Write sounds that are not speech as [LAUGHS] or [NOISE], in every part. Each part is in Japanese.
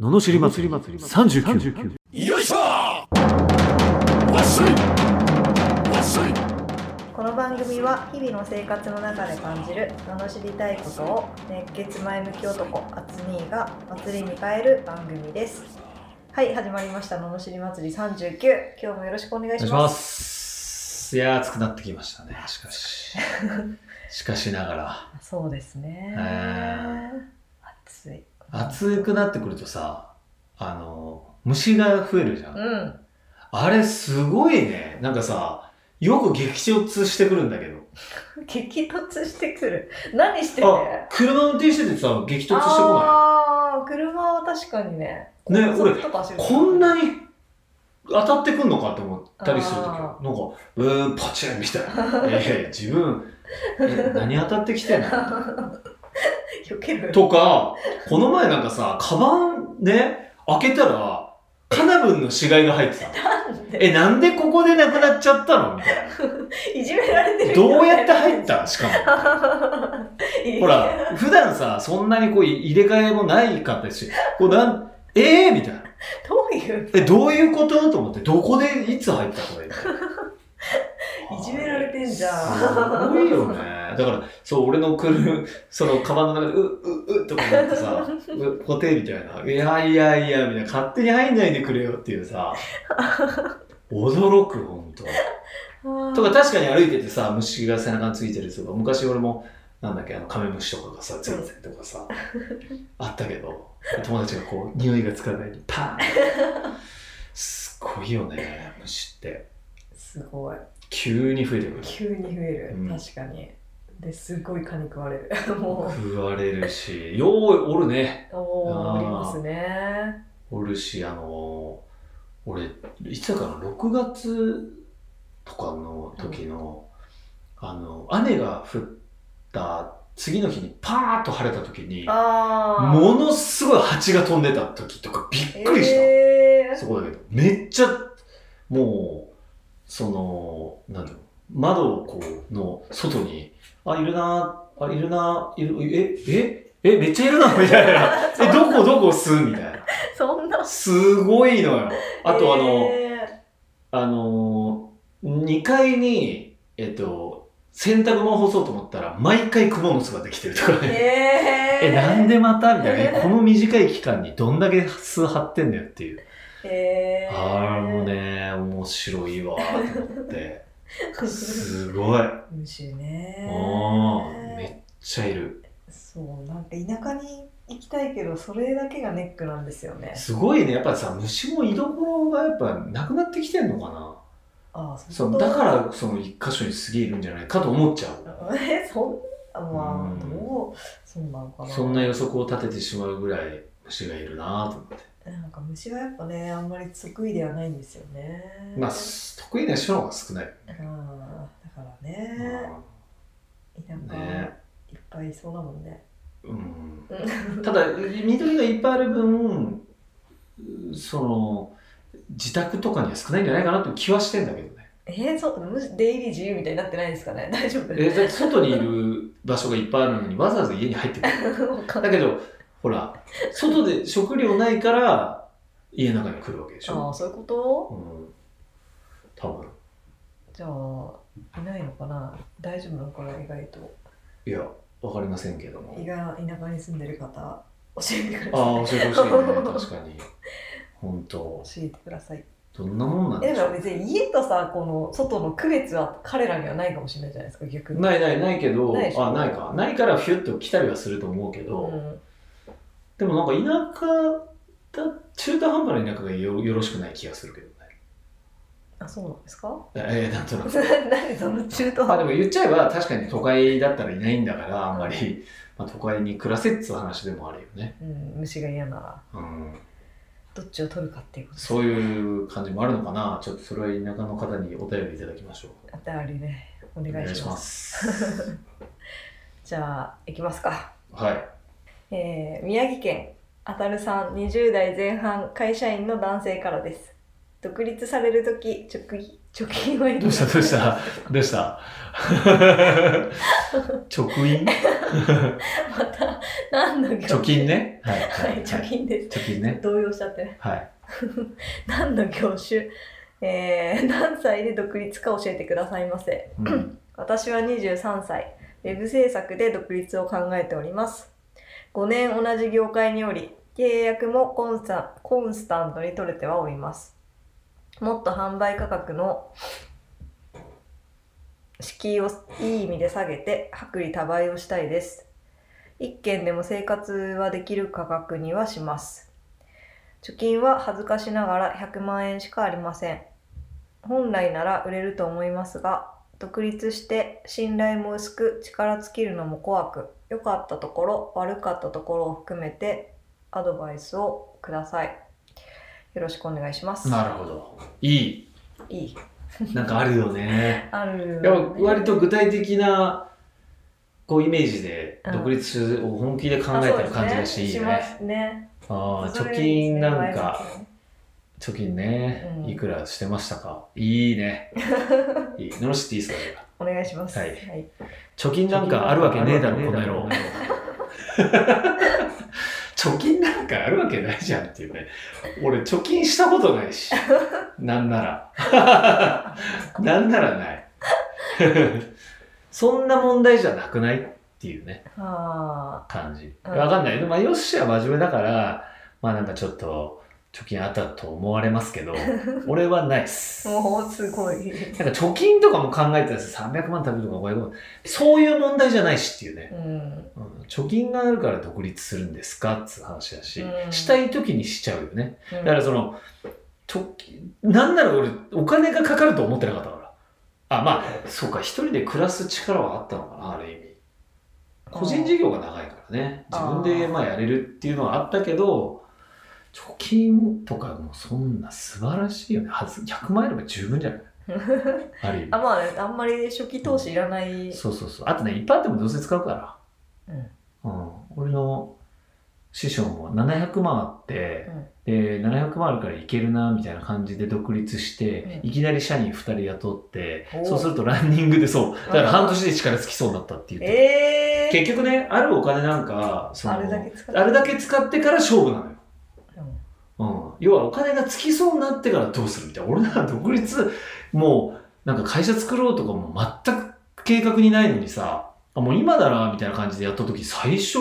ののしり祭り39よいしょわっしょいわっしょいこの番組は日々の生活の中で感じる罵りたいことを熱血前向き男アツニーが祭りに変える番組ですはい始まりました罵り祭り39今日もよろしくお願いお願しいしまますす。いやー、暑くなってきましたね。しかし。しかしながそうですねえ暑いら、暑くなってくるとさ、あの、虫が増えるじゃ。うんんあれ、すごいね。なんかさ、よく激突してくるんだけど。激突してくる何しててあ、車運転しててさ、激突してこなああー車は確かにねね高速とか走るいこんなに当たってくんのかって思ったりするとき、なんあか、うーん、パチンみたいな。いやいやいや自分、え何当たってきてんの避け [LAUGHS] るとか、この前なんかさ、カバンね、開けたら、カナブンの死骸が入ってた。なんでえ、なんでここでなくなっちゃったのみたいな。いじめられてるどうやって入ったしかも。ほ [LAUGHS] ほら、普段さ、そんなにこう入れ替えもないかったし、こうなん、えーみたいな。どういうえ、どういうことと思って、どこでいつ入ったこれ。 [LAUGHS] いじめられてんじゃすんごいよね。だから、そう、俺の [LAUGHS] 車、その、カバンの中で、う、う、う、とかなってさ、う固定みたいな。いやいやいや、みたいな。勝手に入んないでくれよっていう [LAUGHS] さ、驚く、ほんと。とか、確かに歩いててさ、虫が背中についてるとか、昔俺も、なんだっけ、あの、カメムシとかがさ、ゼロゼロとかさ、あったけど、友達がこう、匂いがつかないように、パーンすごいよね、虫って。すごい急に増えてくる。急に増える、うん確かにですごい蚊に食われるも食われるし、ようおるね。うおあおーありますねおるし、あのー、俺、いつだかな、6月とかの時の、あの、雨が降った次の日にパーッと晴れた時に、もああのすごい蜂が飛んでた時とかびっくりした。えーそこだけど、めっちゃ、もう、その、なんだろう、窓をこう、の外に、あ、いるなあ、いるないる、え、え、え、めっちゃいるなみたいな。 [LAUGHS] え、どこどこすみたいな。そんなすごいのよ。あとあの、えあのー、2階に、えっと、洗濯物干そうと思ったら、毎回蜘蛛の巣ができてるとかー、ね。えー、え、なんでまたみたいな。えこの短い期間にどんだけ巣張ってんだよっていう。えー、あれ [LAUGHS] もね、面白いわーと思って。すごい。あ虫ねーめっちゃいる。そうなんか田舎に行きたいけどそれだけがネックなんですよねすごいね。やっぱさ、虫も居所がやっぱなくなってきてんのかな。ああそそんうなだから、その一箇所にすげえいるんじゃないかと思っちゃう。 [LAUGHS] えそんなまうんあどうそうなのかなそんな予測を立ててしまうぐらい虫がいるなと思って。なんか虫はやっぱねあんまり得意ではないんですよねまあ、うんす得意な人の方が少ない。だからね田うん舎ねいっぱいいそうだもんねうんうただ緑がいっぱいある分その自宅とかには少ないんじゃないかなって気はしてんだけ [LAUGHS] どねえー、そうむし出入り自由みたいになってないんですかね [LAUGHS] 大丈夫えだって外にいる場所がいっぱいあるのにわざわざ家に入ってくるわかんなだけどほら外で食料ないから家の中に来るわけでしいああょ、そういうことうん、多分じゃあいないのかな大丈夫なのかな意外といやわかりませんけども意外田舎に住んでる方教えてくださいああ教えてほしいね確かに本当教えてくださいどんなもんなんえでしでょも別に家とさこの外の区別は彼らにはないかもしれないじゃないですか逆うにないないないけどないでしょあないかないからヒュッと来たりはすると思うけど、うんでもなんか田舎だ中途半端な田舎がよよろしくない気がするけどね。あそうなんですかええなんとな [LAUGHS] く。何その中途まあ半で端も言っちゃえば確かに都会だったらいないんだからあんまり、まあ、都会に暮らせっつう話でもあるよね。うん、虫が嫌ならうん、どっちを取るかっていうことそういう感じもあるのかなちょっとそれは田舎の方にお便りいただきましょう。あたりねお願いしますす。じゃあ行きますか、はい。えー、宮城県あたるさん20代前半会社員の男性からです独立される時貯金貯金はい [LAUGHS] どうしたどうしたどうした直飲また [LAUGHS] 何の行事貯金ね。はい。はい貯金です貯金ね。動揺しちゃってねはい。何の業種、えー何歳で独立か教えてくださいませ [CLEARS THROAT] うん。私は23歳ウェブ制作で独立を考えております5年同じ業界におり契約もコンスタンコンスタントに取れてはおりますもっと販売価格の敷居をいい意味で下げて薄利多売をしたいです1件でも生活はできる価格にはします貯金は恥ずかしながら100万円しかありません本来なら売れると思いますが独立して信頼も薄く力尽きるのも怖く良かったところ悪かったところを含めてアドバイスをくださいよろしくお願いしますなるほど。いい。いいなんかあるよね。あるいや割と具体的なこうイメージで独立を本気で考えてる感じがしていいあそうでね。すねああしますね貯金なんそかれいいですね貯金ねうんいくらしてましたか。いい [LAUGHS] ね。いい。のろしっていいですか。お願いしますはいはい、貯金なんかあるわけねえだろこの野郎。貯金なんかあるわけないじゃんっていうね。俺貯金したことない [LAUGHS] し。なんなら。なんならない。そんな問題じゃなくないっていうね。あ感じ。うんわかんない。でもまあ、ヨッシーは真面目だから、まあなんかちょっと、貯金あったと思われますけ [LAUGHS] ど、俺はないっす。ーなんかもうすごい、う貯金とかも考えてたらさ300万食べるとか500万、そういう問題じゃないしっていうね。ん、うん、貯金があるから独立するんですかっていう話だし、うんしたい時にしちゃうよね。うんだからその、貯金、なんなら俺、お金がかかると思ってなかったから。あ、まあ、そうか、一人で暮らす力はあったのかな、ある意味。個人事業が長いからね自分でまあやれるっていうのはあったけど貯金とかもそんな素晴らしいよねはず100万円あれば十分じゃないある意あまあねあんまり初期投資いらない、味そうそうそうあとねいっぱいあってもどうせ使うからうん、俺の師匠も700万あって、で700万あるからいけるなみたいな感じで独立して、ういんきなり社員2人雇っておーそうするとランニングでそうだから半年で力尽きそうになったって言ってたええー、結局ねあるお金なんかそのあれだけ使ってあれだけ使ってから勝負なのよ、うんうん、要はお金がつきそうになってからどうするみたいな俺ら独立もうなんか会社作ろうとかも全く計画にないのにさあもう今だなみたいな感じでやった時最初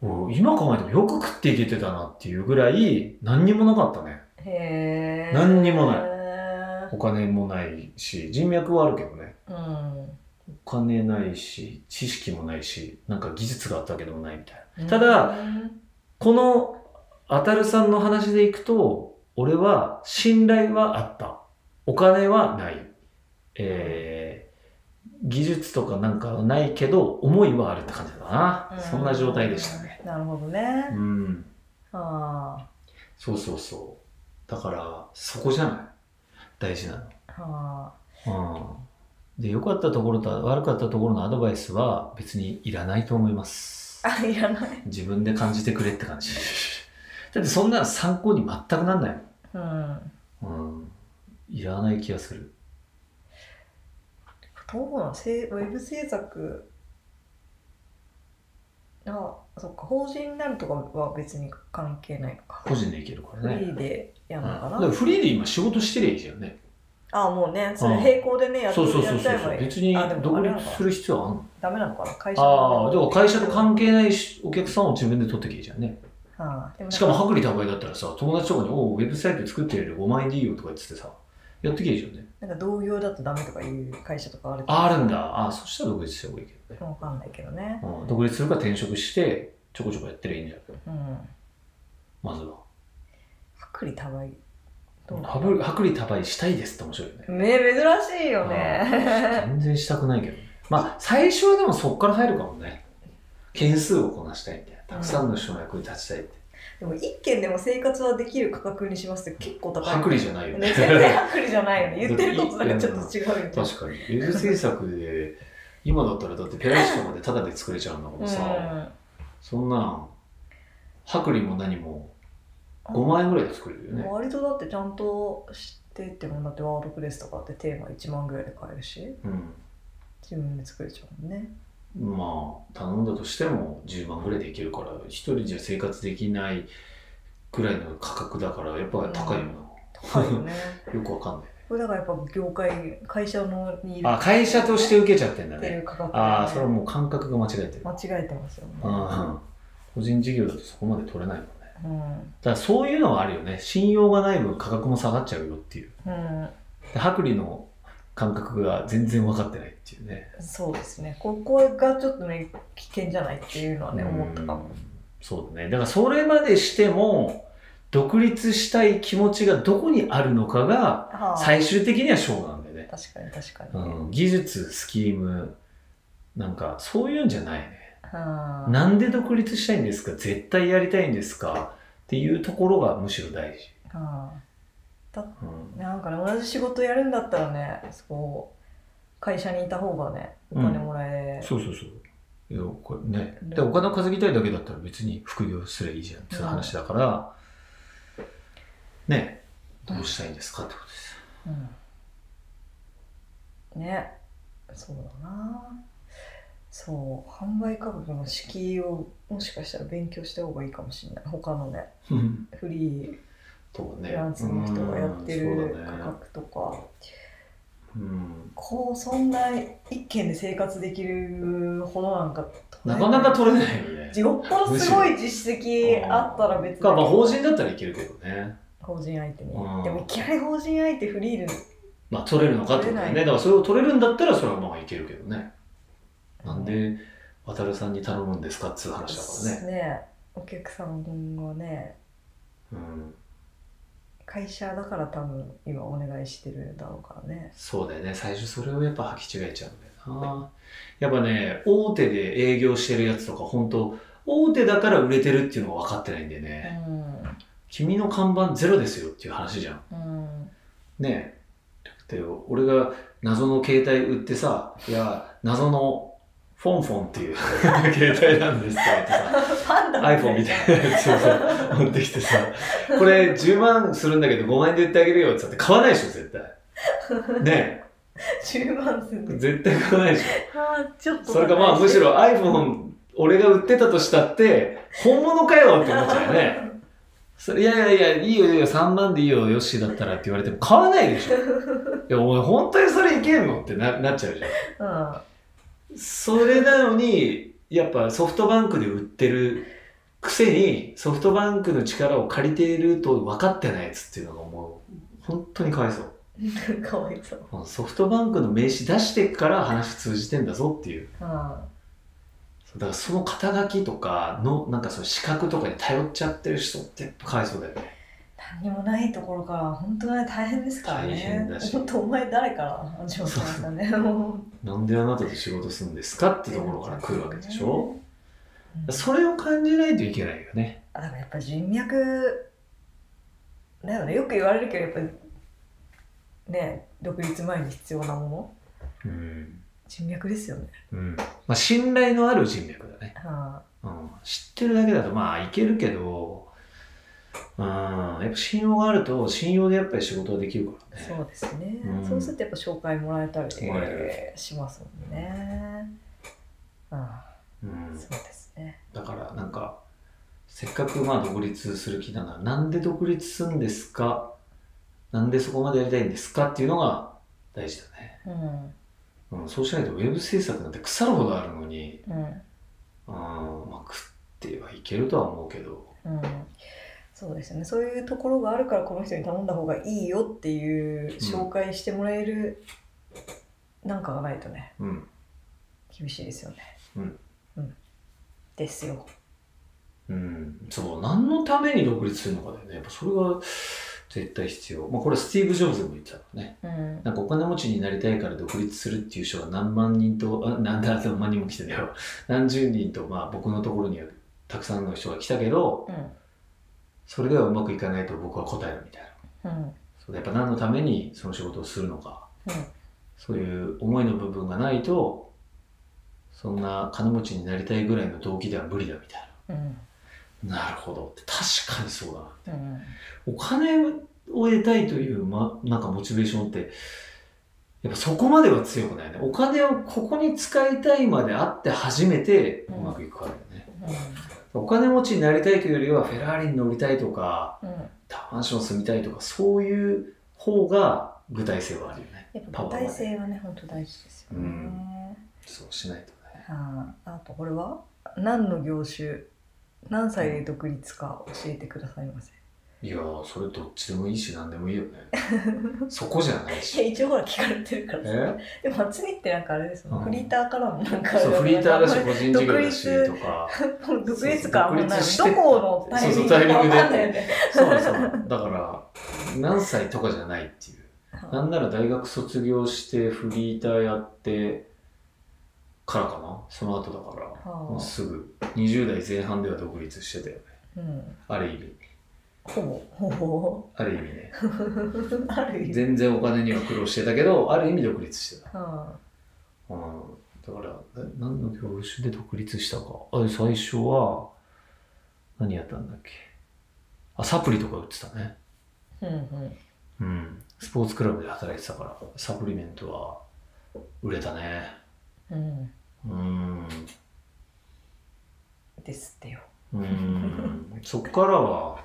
うん今考えてもよく食っていけてたなっていうぐらい何にもなかったねへえ何にもないいお金もないし人脈はあるけどねうんお金ないし知識もないしなんか技術があったわけでもないみたいなただうんこのあたるさんの話でいくと俺は信頼はあったお金はない、えー技術とかなんかはないけど思いはあるって感じだな、うんそんな状態でしたねなるほどねう、んはそうそうそうだからそこじゃない大事なあはのうんで良かったところと悪かったところのアドバイスは別にいらないと思い [LAUGHS] ますああいらない自分で感じてくれって感じだってそんなの参考に全くなんないもんうんうん、いらない気がする。どうなんせウェブ制作あそっか法人になるとかは別に関係ないのか個人でいけるからフリね。ーでやうるん、のだかかな、らフリーで今仕事してりゃいいじゃんね。ああもうねそうれん並行でねやってそうそうそやうっちそうゃえばいい別にあでも独あれな立のかする必要はあんのダメなのかな会社ああ、でも会社と関係係ないしお客さんを自分で取ってきゃいいじゃんね。はあでもなんしかも薄利多売だったらさ、友達とかに、おうウェブサイト作ってやるよ、5万円でいいよとか言っててさ、やってきゃいいじゃんね。なんか同業だとダメとかいう会社とかあるああるんだ。ああ、そしたら独立した方がいいけどね。わかんないけどねうん、独立するか転職して、ちょこちょこやってりゃいいんじゃないうんまずは。薄利多売どう薄利薄利多売したいですって面白いよね。ね珍しいよね全然したくないけどねまあ最初はでもそっから入るかもね件数をこなしたいみたいなたくさんの人の役に立ちたいって、 [LAUGHS] でも一軒でも生活はできる価格にしますって結構高い薄利じゃないよねね全然薄利じゃないよね [LAUGHS] 言ってることだけちょっと違うよね確かにウェブ制作で今だったらだってペラシットまでタダで作れちゃうんだかうらさ、んそんなん薄利も何も5万円ぐらいで作れるよね、割とだってちゃんとしててもだってワードプレスとかってテーマ1万ぐらいで買えるしうん、 [LAUGHS] 自分で作れちゃうもんねまあ、頼んだとしても10万ぐらいでいけるから、一人じゃ生活できないぐらいの価格だから、やっぱり高いよ高いよね。な。よくわかんない。これだからやっぱ業界、会社のにいるあ、会社として受けちゃってんだっていね。う価格、ああ、それはもう感覚が間違えてる。間違えてますよね。うん個人事業だとそこまで取れないもんね。うん。ただそういうのはあるよね。信用がない分価格も下がっちゃうよっていう。うん。で薄利の感覚が全然分かってないっていうね。そうですね。ここがちょっとね、危険じゃないっていうのはね、思ったかうもん。そうだね。だからそれまでしても、独立したい気持ちがどこにあるのかが、はあ、最終的には勝負なんだよね。確かに確かに。うん、技術、スキーム、なんかそういうんじゃないね。はあなんで独立したいんですか絶対やりたいんですかっていうところがむしろ大事。はうんあ、なんかね、同じ仕事やるんだったらね、そう、会社にいた方がね、お金もらえ、そうそうそう。いやこれね、うんでお金を稼ぎたいだけだったら別に副業すればいいじゃんっていう話だから、ねどうしたいんですかってことですようんねそうだなそう販売価格の敷居をもしかしたら勉強した方がいいかもしれない他のねうん。フリそうーね。フランスの人がやってうんるそうだ価ね格とか、うんこうそんな一軒で生活できるほどなんかなかなか取れないよね。よっぽどすごい実績あったら別か、まあ、法に人だったらいけるけどね。法人相手に、うんでもいきなり法人相手フリーでまあ、取れるのかってことだよ取れなね。いだから、それを取れるんだったら、それはまあ、いけるけどね。なんで、渡るさんに頼むんですかっつう話だからね。ねお客さんがねうん。会社だから多分今お願いしてるだろうからねそうだよね最初それをやっぱ履き違えちゃうんだよなやっぱね大手で営業してるやつとか本当大手だから売れてるっていうのが分かってないんでね、君の看板ゼロですよっていう話じゃんうんうんねえで俺が謎の携帯売ってさいや謎のフォンフォンっていう [LAUGHS] 携帯なんですって言ってさパンダ iPhone [LAUGHS] みたいなやつをさ持ってきてさこれ10万するんだけど5万円で売ってあげるよって言って買わないでしょ絶対ね10万するえ絶対買わないでしょ [LAUGHS] あーちょっとそれかまあむしろ iPhone 俺が売ってたとしたって本物かよって思っちゃうよねそれいやいやいやいいよいいよ3万でいいよヨッシーだったらって言われても買わないでしょいやお前本当にそれいけんのってななっちゃうじゃうんんそれなのにやっぱソフトバンクで売ってるくせにソフトバンクの力を借りていると分かってないやつっていうのがもう本当にかわいそうかわいそううんソフトバンクの名刺出してから話通じてんだぞっていううんだからその肩書きとかのなんかその資格とかに頼っちゃってる人ってやっぱかわいそうだよね何もないところから本当に大変ですからね大変だし本当お前誰から始まったんですかねもなんであなたと仕事するんですかってところから来るわけでしょううんそれを感じないといけないよねあだからやっぱ人脈だよねよく言われるけどやっぱね独立前に必要なものうん、人脈ですよね、うんまあ、信頼のある人脈だね、はうん、知ってるだけだとまあいけるけどうんやっぱ信用があると信用でやっぱり仕事ができるかあらねそうですね、うんそうするとやっぱ紹介もらえたりもらえしますもんねあうんあそうですねだからなんかせっかくまあ独立する気ならなんで独立するんですかなんでそこまでやりたいんですかっていうのが大事だね、うんうん、そうしないとウェブ制作なんて腐るほどあるのに、うんうんまあ、食ってはいけるとは思うけどうんそうですねそういうところがあるからこの人に頼んだ方がいいよっていう紹介してもらえるなんかがないとね、うん厳しいですよね。うん。うん、ですよ。うんそう何のために独立するのかだよねやっぱそれが絶対必要、まあ、これはスティーブ・ジョブズも言ってたからねうん。なんかお金持ちになりたいから独立するっていう人が何万人と、あ何だ、何万人も来てたよ。何十人と、まあ僕のところにはたくさんの人が来たけど、うん。それではうまくいかないと僕は答えるみたいな。うん。そうやっぱ何のためにその仕事をするのか、うんそういう思いの部分がないと、そんな金持ちになりたいぐらいの動機では無理だみたいうん。な。なるほどって。確かにそうだな。うん。お金を得たいという、ま、なんかモチベーションってやっぱそこまでは強くないね。お金をここに使いたいまであって初めてうまくいくからだよね。お金持ちになりたいというよりは、フェラーリに乗りたいとか、うんうんタワーマンション住みたいとか、そういう方が具体性はあるよね。やっぱ具体性はね本当大事ですよね、そうしないとね。あーあとこれは何の業種何歳で独立か教えてくださいませいやー、それどっちでもいいし、何でもいいよね。そこじゃない [LAUGHS] いやし。一応ほら聞かれてるからさえでも厚みってなんかあれですもん、うんフリーターからもなんかそう、フリーターだし、あんま個人事業だし、とか。りもう独立感あんまないそうそう独立してどこのタイミングか分かんないよねそうなんですよ。だから、何歳とかじゃないっていう。なはんなら大学卒業してフリーターやってからかなその後だから、あもうすぐ20代前半では独立してたよねあうんある意味ほぼほある意味ねぼある意味全然お金には苦労してたけどある意味独立してた、はうん、だからえ何の業種で独立したかあ最初は何やったんだっけあサプリとか売ってたねあうんうんうんスポーツクラブで働いてたからサプリメントは売れたねうんうんですってようー [LAUGHS] んそっからは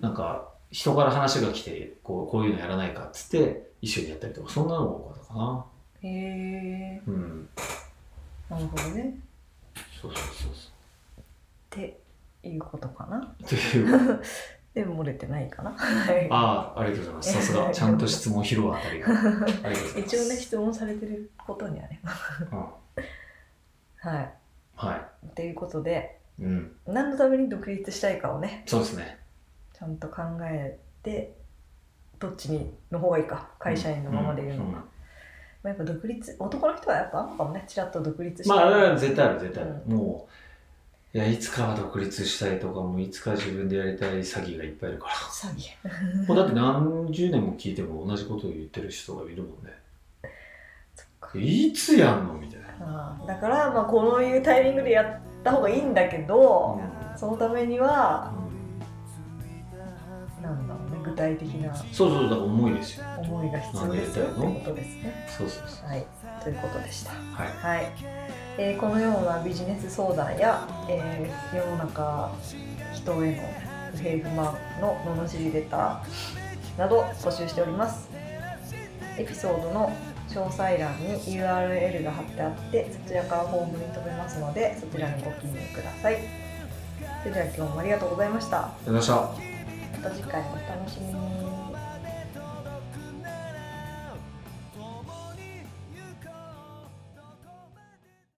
なんか人から話が来てこうこういうのやらないかっつって一緒にやったりとかそんなのが多かったかなへえうんなるほどねそうそうそうそっていうことかなうというで漏れてないかなはい [LAUGHS] ああありがとうございますさす [LAUGHS] がちゃんと質問拾うあたりがありがとうございます一応ね質問されてることにはねうんはいはということでいうん何のために独立したいかをねそうですねちゃんと考えてどっちにの方がいいか会社員のままでいるのか、うんまあ、やっぱ独立男の人はやっぱあるのかもねちらっと独立してまああれは絶対ある絶対あるう、んもういやいつかは独立したいとかもういつか自分でやりたい詐欺がいっぱいいるから詐欺もうだって何十年も聞いても同じことを言ってる人がいるもんねそっかいつやんのみたいな。ああだからまあこういうタイミングでやった方がいいんだけど、そのためにはなんだろうね具体的なそうそう、だから重いですよ。思いが必要ですよってことですねそうそうそう。はい、ということでした。はい。はい、えーこのようなビジネス相談や、えー世の中人への不平不満の罵りレターなど募集しております。エピソードの詳細欄に URL が貼ってあってそちらからホームに飛べますのでそちらにご記入ください。それでは今日もありがとうございました。ありがとうございました。また次回もお楽しみに。